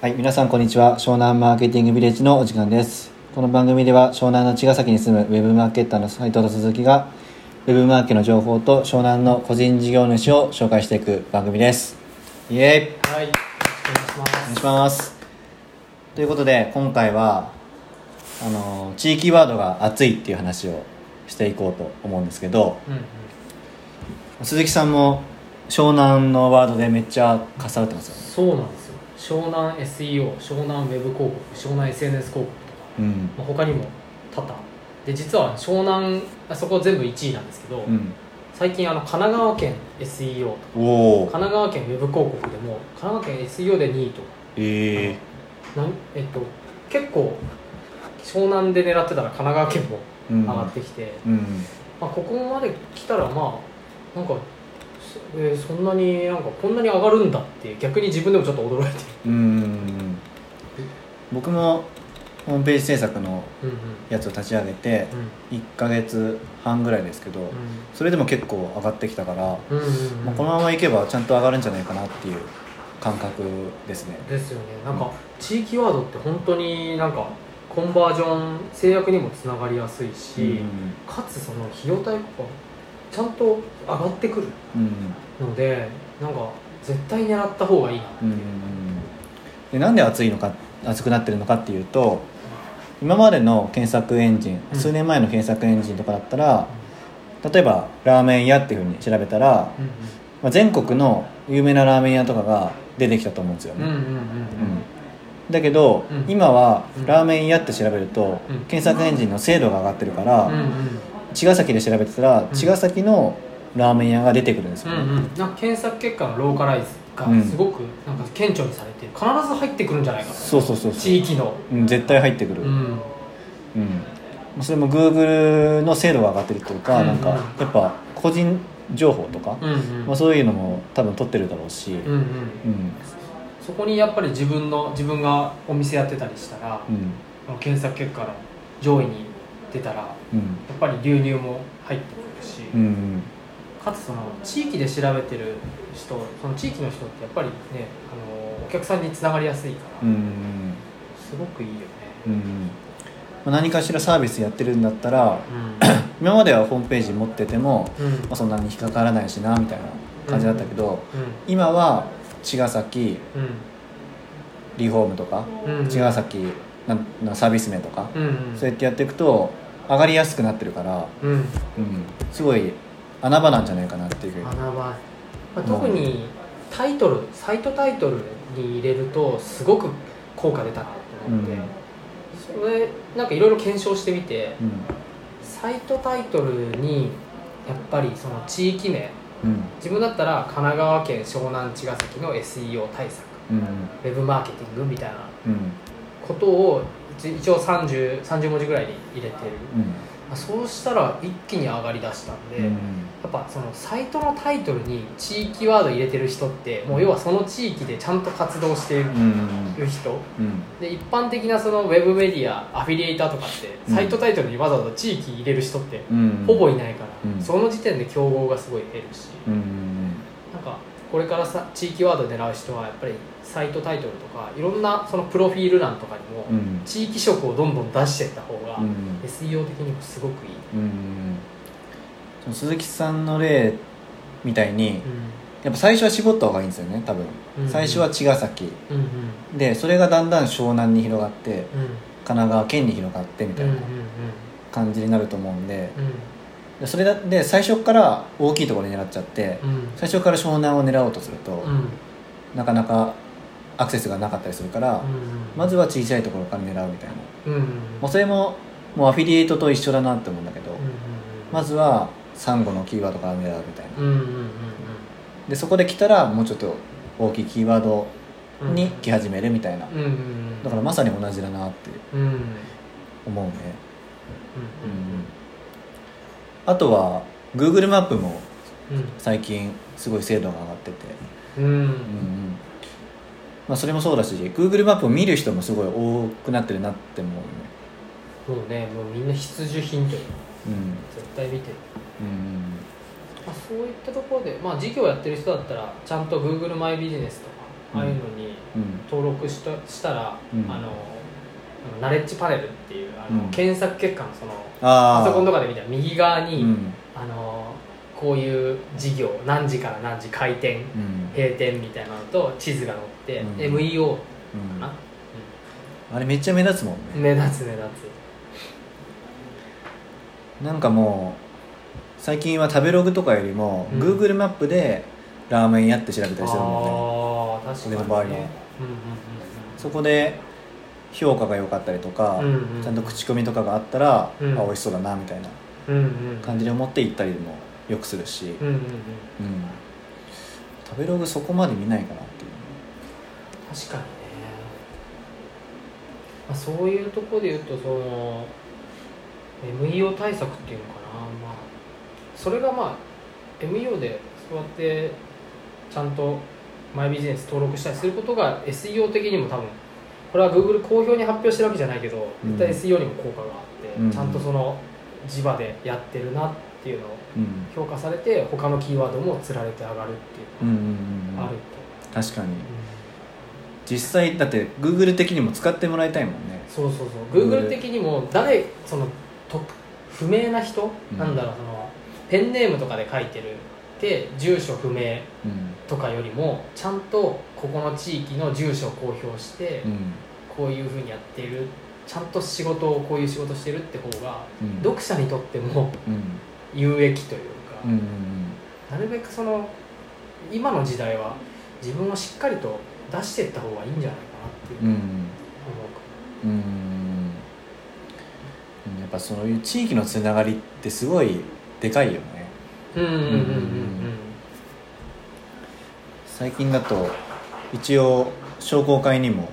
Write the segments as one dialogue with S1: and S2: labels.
S1: はい、皆さんこんにちは。湘南マーケティングビレッジのお時間です。この番組では湘南の茅ヶ崎に住むウェブマーケッターの斉藤と鈴木が、ウェブマーケの情報と湘南の個人事業主を紹介していく番組です。イエーイ
S2: はい、よろしくお願いし
S1: お
S2: ま
S1: 願いします。ということで、今回は、あの、地域ワードが熱いっていう話をしていこうと思うんですけど、
S2: す。うんうん、
S1: 鈴木さんも湘南のワードでめっちゃかっさらってますよね。
S2: そうなんですよ。湘南 SEO、湘南ウェブ広告、湘南 SNS 広告とか、
S1: うん。
S2: まあ、他にも多々。で、実は湘南、あそこ全部1位なんですけど、
S1: うん。
S2: 最近あの神奈川県 SEO とか、
S1: お
S2: 神
S1: ー。
S2: 奈川県ウェブ広告でも、神奈川県 SEO で2位とか、
S1: ええ
S2: なんえっと、結構、湘南で狙ってたら神奈川県も
S1: うん
S2: 上がってきて、
S1: うん。
S2: まあ、ここまで来たらまあなんか、そえーそんなになんかこんなに上がるんだっていう逆に自分でもちょっと驚いて
S1: うーん僕もホームページ制作の
S2: る、うんうん
S1: やつを立ち上げて1ヶ月半ぐらいですけど、それでも結構上がってきたから、
S2: うんうんうんうん
S1: まあ、このままいけばちゃんと上がるんじゃないかなっていう感覚ですね
S2: ですよねなんか地域ワードって本当になんかコンバージョン制約にもつながりやすいし、
S1: うん
S2: かつその費用対効果もちゃんと上がってくる
S1: うん
S2: のでなんか絶対狙った方がいいなって
S1: う
S2: い
S1: ん
S2: う、
S1: でなんで熱いのか熱くなってるのかっていうと今までの検索エンジン
S2: うん
S1: 数年前の検索エンジンとかだったら例えばラーメン屋っていうふうに調べたら
S2: うん
S1: まあ、全国の有名なラーメン屋とかが出てきたと思うんですよ
S2: うんう
S1: ね、
S2: んうんうんうん
S1: だけど、
S2: うん
S1: 今は
S2: うん
S1: ラーメン屋って調べると、
S2: うん
S1: 検索エンジンの精度が上がってるから、
S2: うん
S1: 茅ヶ崎で調べてたら、茅ヶ崎のラーメン屋が出てくるんです
S2: う
S1: よ
S2: ん
S1: ね、
S2: うん、なんか検索結果のローカライズが
S1: うん
S2: すごくなんか顕著にされて必ず入ってくるんじゃないかな
S1: そうそうそうそう
S2: 地域の、
S1: うん、絶対入ってく
S2: う
S1: る、
S2: ん、
S1: う
S2: うんん
S1: それも Google の精度が上がってるというか、
S2: うん
S1: なんか
S2: うん
S1: やっぱ個人情報とか、
S2: うん
S1: まあ、そういうのも多分取ってるだろうし、
S2: うんうん
S1: うん
S2: そこにやっぱり自分の自分がお店やってたりしたら
S1: う、ん
S2: 検索結果の上位に出たらや
S1: うん
S2: っぱり流入も入ってくるし、
S1: うん
S2: かつその地域で調べてる人その地域の人ってやっぱりねあのお客さんにつながりやすいから、
S1: うんうん
S2: すごくいいよね、
S1: うんまあ何かしらサービスやってるんだったら
S2: う
S1: 今まではホームページ持ってても、
S2: んうん
S1: まあ、そんなに引っかからないしなみたいな感じだったけど、
S2: う
S1: 今は茅ヶ崎
S2: ん
S1: リフォームとか
S2: うんうん
S1: 茅ヶ崎なんなサービス名とか、
S2: うんうん
S1: そうやってやっていくと上がりやすくなってるから、
S2: うん
S1: うん、すごい穴場なんじゃないかなっていうふうに
S2: 穴場、まあ、特にタイトルサイトタイトルに入れるとすごく効果出たなと思って、
S1: うん
S2: それなんかいろいろ検証してみて
S1: うん
S2: サイトタイトルにやっぱりその地域名
S1: うん
S2: 自分だったら神奈川県湘南茅ヶ崎の SEO 対策
S1: うん
S2: ウェブマーケティングみたいな
S1: うん
S2: ことを一一応 30, 30文字ぐらいに入れてる、
S1: うん
S2: まあそうしたら一気に上がりだしたんで、
S1: うん
S2: やっぱそのサイトのタイトルに地域ワード入れてる人ってもう要はその地域でちゃんと活動してい
S1: うん
S2: る人
S1: うん
S2: で一般的なそのウェブメディアアフィリエイターとかってサイトタイトルにわざわざ地域入れる人って
S1: うん
S2: ほぼいないから、
S1: うん
S2: その時点で競合がすごい減るし、
S1: うん
S2: なんかこれからさ地域ワード狙う人はやっぱりサイトタイトルとかいろんなそのプロフィール欄とかにも
S1: うん
S2: 地域色をどんどん出していった方が
S1: うん
S2: SEO 的にもすごくいい、
S1: うんその鈴木さんの例みたいに、やっぱ最初は絞った方がいいんですよね多分、
S2: うん
S1: 最初は茅ヶ崎
S2: うんうん
S1: でそれがだんだん湘南に広がって
S2: うん
S1: 神奈川県に広がってみ
S2: う
S1: た
S2: ん
S1: い
S2: うん
S1: な感じになると思うんで、
S2: うん
S1: でそれだで最初から大きいところに狙っちゃって、
S2: うんうん
S1: 最初から湘南を狙おうとすると、
S2: うん
S1: なかなかアクセスがなかったりするから、まず
S2: は、
S1: は小さいところから狙うみたいな
S2: うんうんうん
S1: もうそれももうアフィリエイトと一緒だなって思うんだけど、
S2: うんうんうん、
S1: まずはサンゴのキーワードから狙うみたいな
S2: うんうんうん
S1: でそこで来たらもうちょっと大きいキーワード
S2: うん
S1: に来始めるみたいな、
S2: うんうんうん
S1: だからまさに同じだなって
S2: うんうんうん
S1: 思うね、
S2: うん
S1: あとは Google マップも
S2: うん
S1: 最近すごい精度が上がってて、
S2: うん
S1: うんうんまあ、それもそうだし Google マップを見る人もすごい多くなってるなって思うね
S2: もうねもうみんな必需品というか
S1: うん
S2: 絶対見てる
S1: うん
S2: まあ、そういったところで、まあ、事業やってる人だったらちゃんと Google マイビジネスとかああいうのに
S1: うん
S2: 登録したしたら、
S1: うん
S2: あのナレッジパネルっていうあの、
S1: うん
S2: 検索結果のその
S1: あ
S2: パ
S1: あ
S2: ソコンとかで見たら右側に、
S1: うん
S2: あのこういう事業何時から何時開
S1: う
S2: 店
S1: ん
S2: 閉店みたいなのと地図が載って、
S1: うん
S2: MEO
S1: う
S2: か
S1: ん
S2: な、
S1: あれめっちゃ目立つもん
S2: う
S1: ね
S2: ん、目立つ目立
S1: なんかもう最近は食べログとかよりも、
S2: うん
S1: Google マップでラーメン屋って調べた
S2: つ
S1: りするもんね
S2: ああ確
S1: 俺の場合
S2: かに、
S1: ね
S2: ね、うん
S1: そこで評価が良かったりとか、
S2: うんうんうんうん
S1: ちゃんと口コミとかがあったら、
S2: うん
S1: あ美味しそうだなみたいな
S2: うんうん
S1: 感じで思って行ったりもよくするし、
S2: うんうんうん
S1: うん食べログそこまで見ないかなっていう
S2: 確かにね、まあ、そういうとこで言うとその MEO 対策っていうのかな、まあ、それがまあ MEO でそうやってちゃんとマイビジネス登録したりすることが SEO 的にも多分これは Google 公表に発表してるわけじゃないけど
S1: うん
S2: 絶対 SEO にも効果があって、
S1: うん
S2: ちゃんとその地場でやってるなっていうのを
S1: うん
S2: 評価されて他のキーワードもつられて上がるって
S1: う
S2: いう
S1: んうん
S2: の
S1: うんう
S2: がある
S1: ん
S2: と、
S1: 確かに
S2: うん
S1: 実際だって Google 的にも使ってもらいたいもんね
S2: そうそうそう
S1: Google
S2: Google 的にも誰そのと不明な人、
S1: うん
S2: なんだろうそのペンネームとかで書いてるで住所不明
S1: うん
S2: とかよりもちゃんとここの地域の住所を公表して、
S1: うん
S2: こういうふうにやっているちゃんと仕事をこういう仕事してるって方が
S1: うん
S2: 読者にとっても
S1: うん
S2: 有益というか、
S1: うんうん
S2: なるべくその今の時代は自分をしっかりと出していった方がいいんじゃないかなって
S1: う
S2: いうん思うか
S1: うんうんやっぱそういう地域のつながりってすごいでかいよね
S2: うんうんうんうんうん
S1: 最近だと一応商工会にも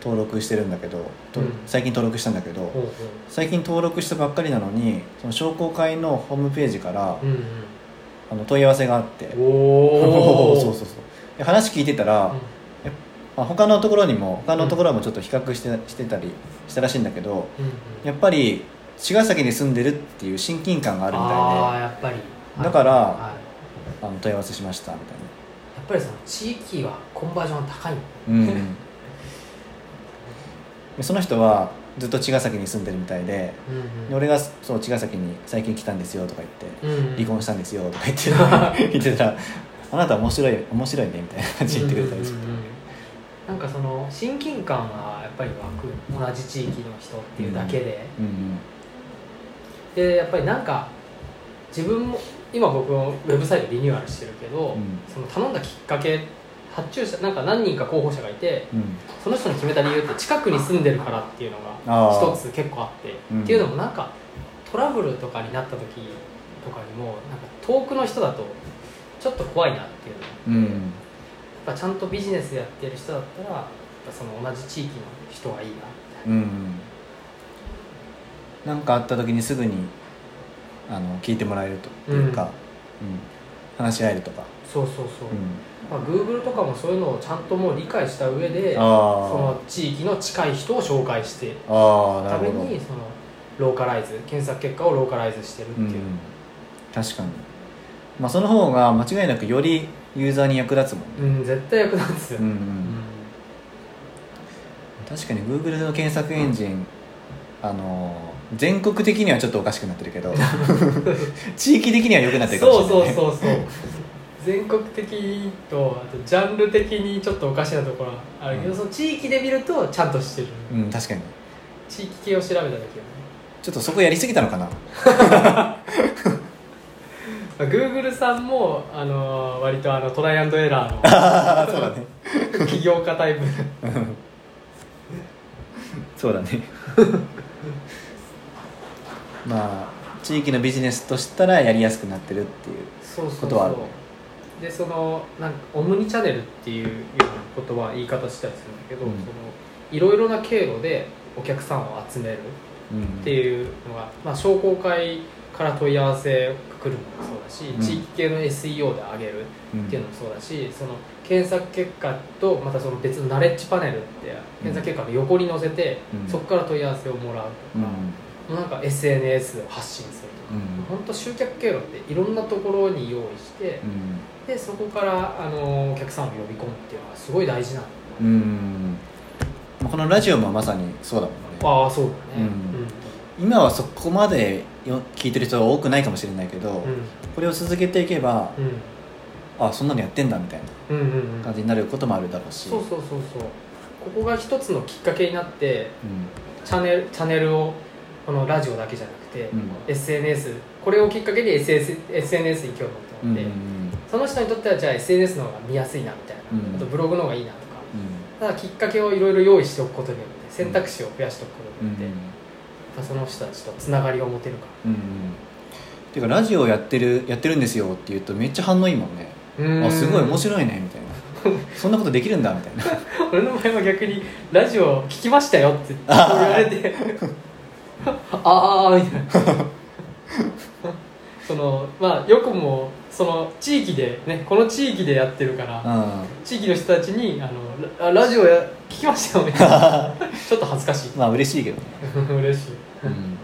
S1: 登録してるんだけど、と
S2: うん
S1: 最近登録したんだけど、
S2: ほうほう
S1: 最近登録したばっかりなのにその商工会のホームページから、
S2: うん
S1: あの問い合わせがあって
S2: うん、お お
S1: そうそうそうで話聞いてたら、まあ、他のところにも他のところもちょっと比較してしてたりしたらしいんだけど
S2: うんうん
S1: やっぱり茅ヶ崎に住んでるっていう親近感があるみ
S2: あ
S1: た
S2: あやっぱり
S1: だから
S2: はい
S1: いであの問い合わせしましたみたい
S2: やっぱりその地域はコンバージョン高いの
S1: な、うん、 でその人はずっと茅ヶ崎に住んでるみたいで
S2: うん
S1: で俺がそう茅ヶ崎に最近来たんですよとか言って
S2: うんうん
S1: 離婚したんですよとか言って 言ってたらあなた面白い面白いねみたいな感じで言ってくれたりする
S2: うんうんうんうんなんかその親近感がやっぱり湧く同じ地域の人っていうだけで、
S1: うんうん
S2: でやっぱりなんか自分も今僕もウェブサイトリニューアルしてるけど、
S1: うん
S2: その頼んだきっかけ発注者なんか何人か候補者がいて
S1: うん
S2: その人に決めた理由って近くに住んでるからっていうの
S1: あー
S2: が一つ結構あって
S1: うん
S2: っていうのもなんかトラブルとかになった時とかにもなんか遠くの人だとちょっと怖いなっていうのやっ
S1: うん
S2: ぱちゃんとビジネスやってる人だったらやっぱその同じ地域の人がいいな
S1: うんなんかあった時にすぐにあの聞いてもらえるというか、うん話し合えるとか、
S2: そうそうそう、
S1: うん、
S2: まあ、Google とかもそういうのをちゃんともう理解した上でそ
S1: あ
S2: の地域の近い人を紹介していく
S1: ーあーな
S2: た
S1: る
S2: め
S1: ほど、
S2: にそのローカライズ検索結果をローカライズしてるって
S1: う
S2: い
S1: ん
S2: う、、
S1: 確かに、まあ、その方が間違いなくよりユーザーに役立つもんね、
S2: うん、絶対役立つ、
S1: うんうん、確かに Google の検索エンジン、あのー全国的にはちょっとおかしくなってるけ ど地域的には良くなってるかもし
S2: そ
S1: れ
S2: う
S1: ない
S2: そ
S1: ね
S2: うそうそう全国的とあとジャンル的にちょっとおかしなところはあるけど、
S1: うん
S2: その地域で見るとちゃんとしてる、
S1: うん確かに
S2: 地域系を調べた時はね、
S1: ちょっとそこやりすぎたのかな
S2: まあ、Google さんも、あのー割とあのトライアンドエラーの
S1: そうだね
S2: 起業家タイプ
S1: そうだね まあ地域のビジネスとしたらやりやすくなってるっていう
S2: そうそうそう
S1: ことはあるね
S2: でそのなんかオムニチャンネルっていうような言葉言い方したりするんだけど、
S1: うん
S2: そのいろいろな経路でお客さんを集める
S1: うん
S2: っていうのが、まあ、商工会から問い合わせが来るのもそうだし、
S1: うん
S2: 地域系の SEO で上げるっていうのもそうだし、その検索結果とまたその別のナレッジパネルって検索結果の横に載せて、
S1: うん
S2: そこから問い合わせをもらうとか、
S1: うん
S2: なんか SNS を発信するとか、
S1: うん
S2: ほんと集客経路っていろんなところに用意して、でそこからあのお客さんを呼び込むっていうのはすごい大事なんだ
S1: うん、うん、このラジオもまさにそうだもんね
S2: ああそうだね
S1: うん今はそこまでよ聞いてる人は多くないかもしれないけど、
S2: うんうん
S1: これを続けていけば、あそんなのやってんだみたい
S2: うんうんうんうん
S1: な感じになることもあるだろうし
S2: そうそうそうそうここが一つのきっかけになって
S1: うん
S2: チャンネルチャンネルをこのラジオだけじゃなくて、
S1: うん
S2: SNS これをきっかけに SS SNS に興味を
S1: う
S2: 持っ
S1: ん
S2: て、
S1: うん
S2: その人にとってはじゃあ SNS の方が見やすいなみたいな、
S1: うん
S2: あとブログの方がいいなとかただきっかけをいろいろ用意しておくことによって選択肢を増やしておくこと
S1: うんう
S2: に
S1: ん
S2: よって、まあその人たちとつながりを持てるか
S1: うんていうかラジオやってるやってるんですよって言うとめっちゃ反応いいもんね
S2: らうーん
S1: あすごい面白いねみたいなそんなことできるんだみたい な
S2: 俺の場合は逆に「ラジオ聞きましたよ」って言われて 「ああ」みたいな そのまあよくもその地域でねこの地域でやってるから
S1: うん
S2: 地域の人たちに「あのラあラジオや聞きましたよ」みた いなちょっと恥ずかしい
S1: まあ嬉しいけどね、
S2: 嬉しい
S1: うん、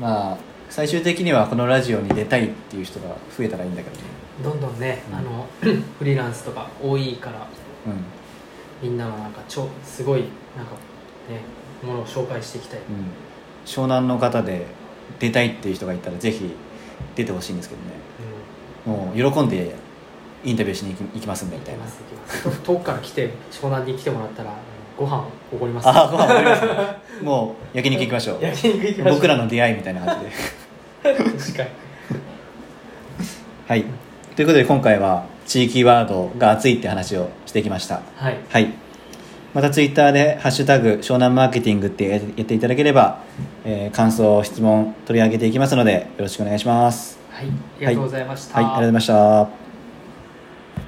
S1: まあ最終的にはこのラジオに出たいっていう人が増えたらいいんだけどね
S2: どんどんね、
S1: うん
S2: あの フリーランスとか多いからみんなのなんかちょすごいなんかねものを紹介していきたい
S1: うん、うん、湘南の方で出たいっていう人がいたらぜひ出てほしいんですけどね
S2: う
S1: もう喜んでインタビューしに行き行きますんでみ
S2: ん、
S1: た
S2: 行
S1: い
S2: き
S1: な
S2: ます行きます遠くから来て湘南に来てもらったらご飯おごります
S1: ああご飯わかりましたもう焼肉行きましょう
S2: 焼肉行きましょう
S1: 僕らの出会いみたいな感じで
S2: 確かに
S1: はいということで今回は地域ワードが熱いって話をしてきました
S2: はい
S1: はいまたツイッターで「ハッシュタグ湘南マーケティング」ってやっていただければ、えー感想質問取り上げていきますのでよろしくお願いします
S2: はいありがとうございました、
S1: はいありがとうございました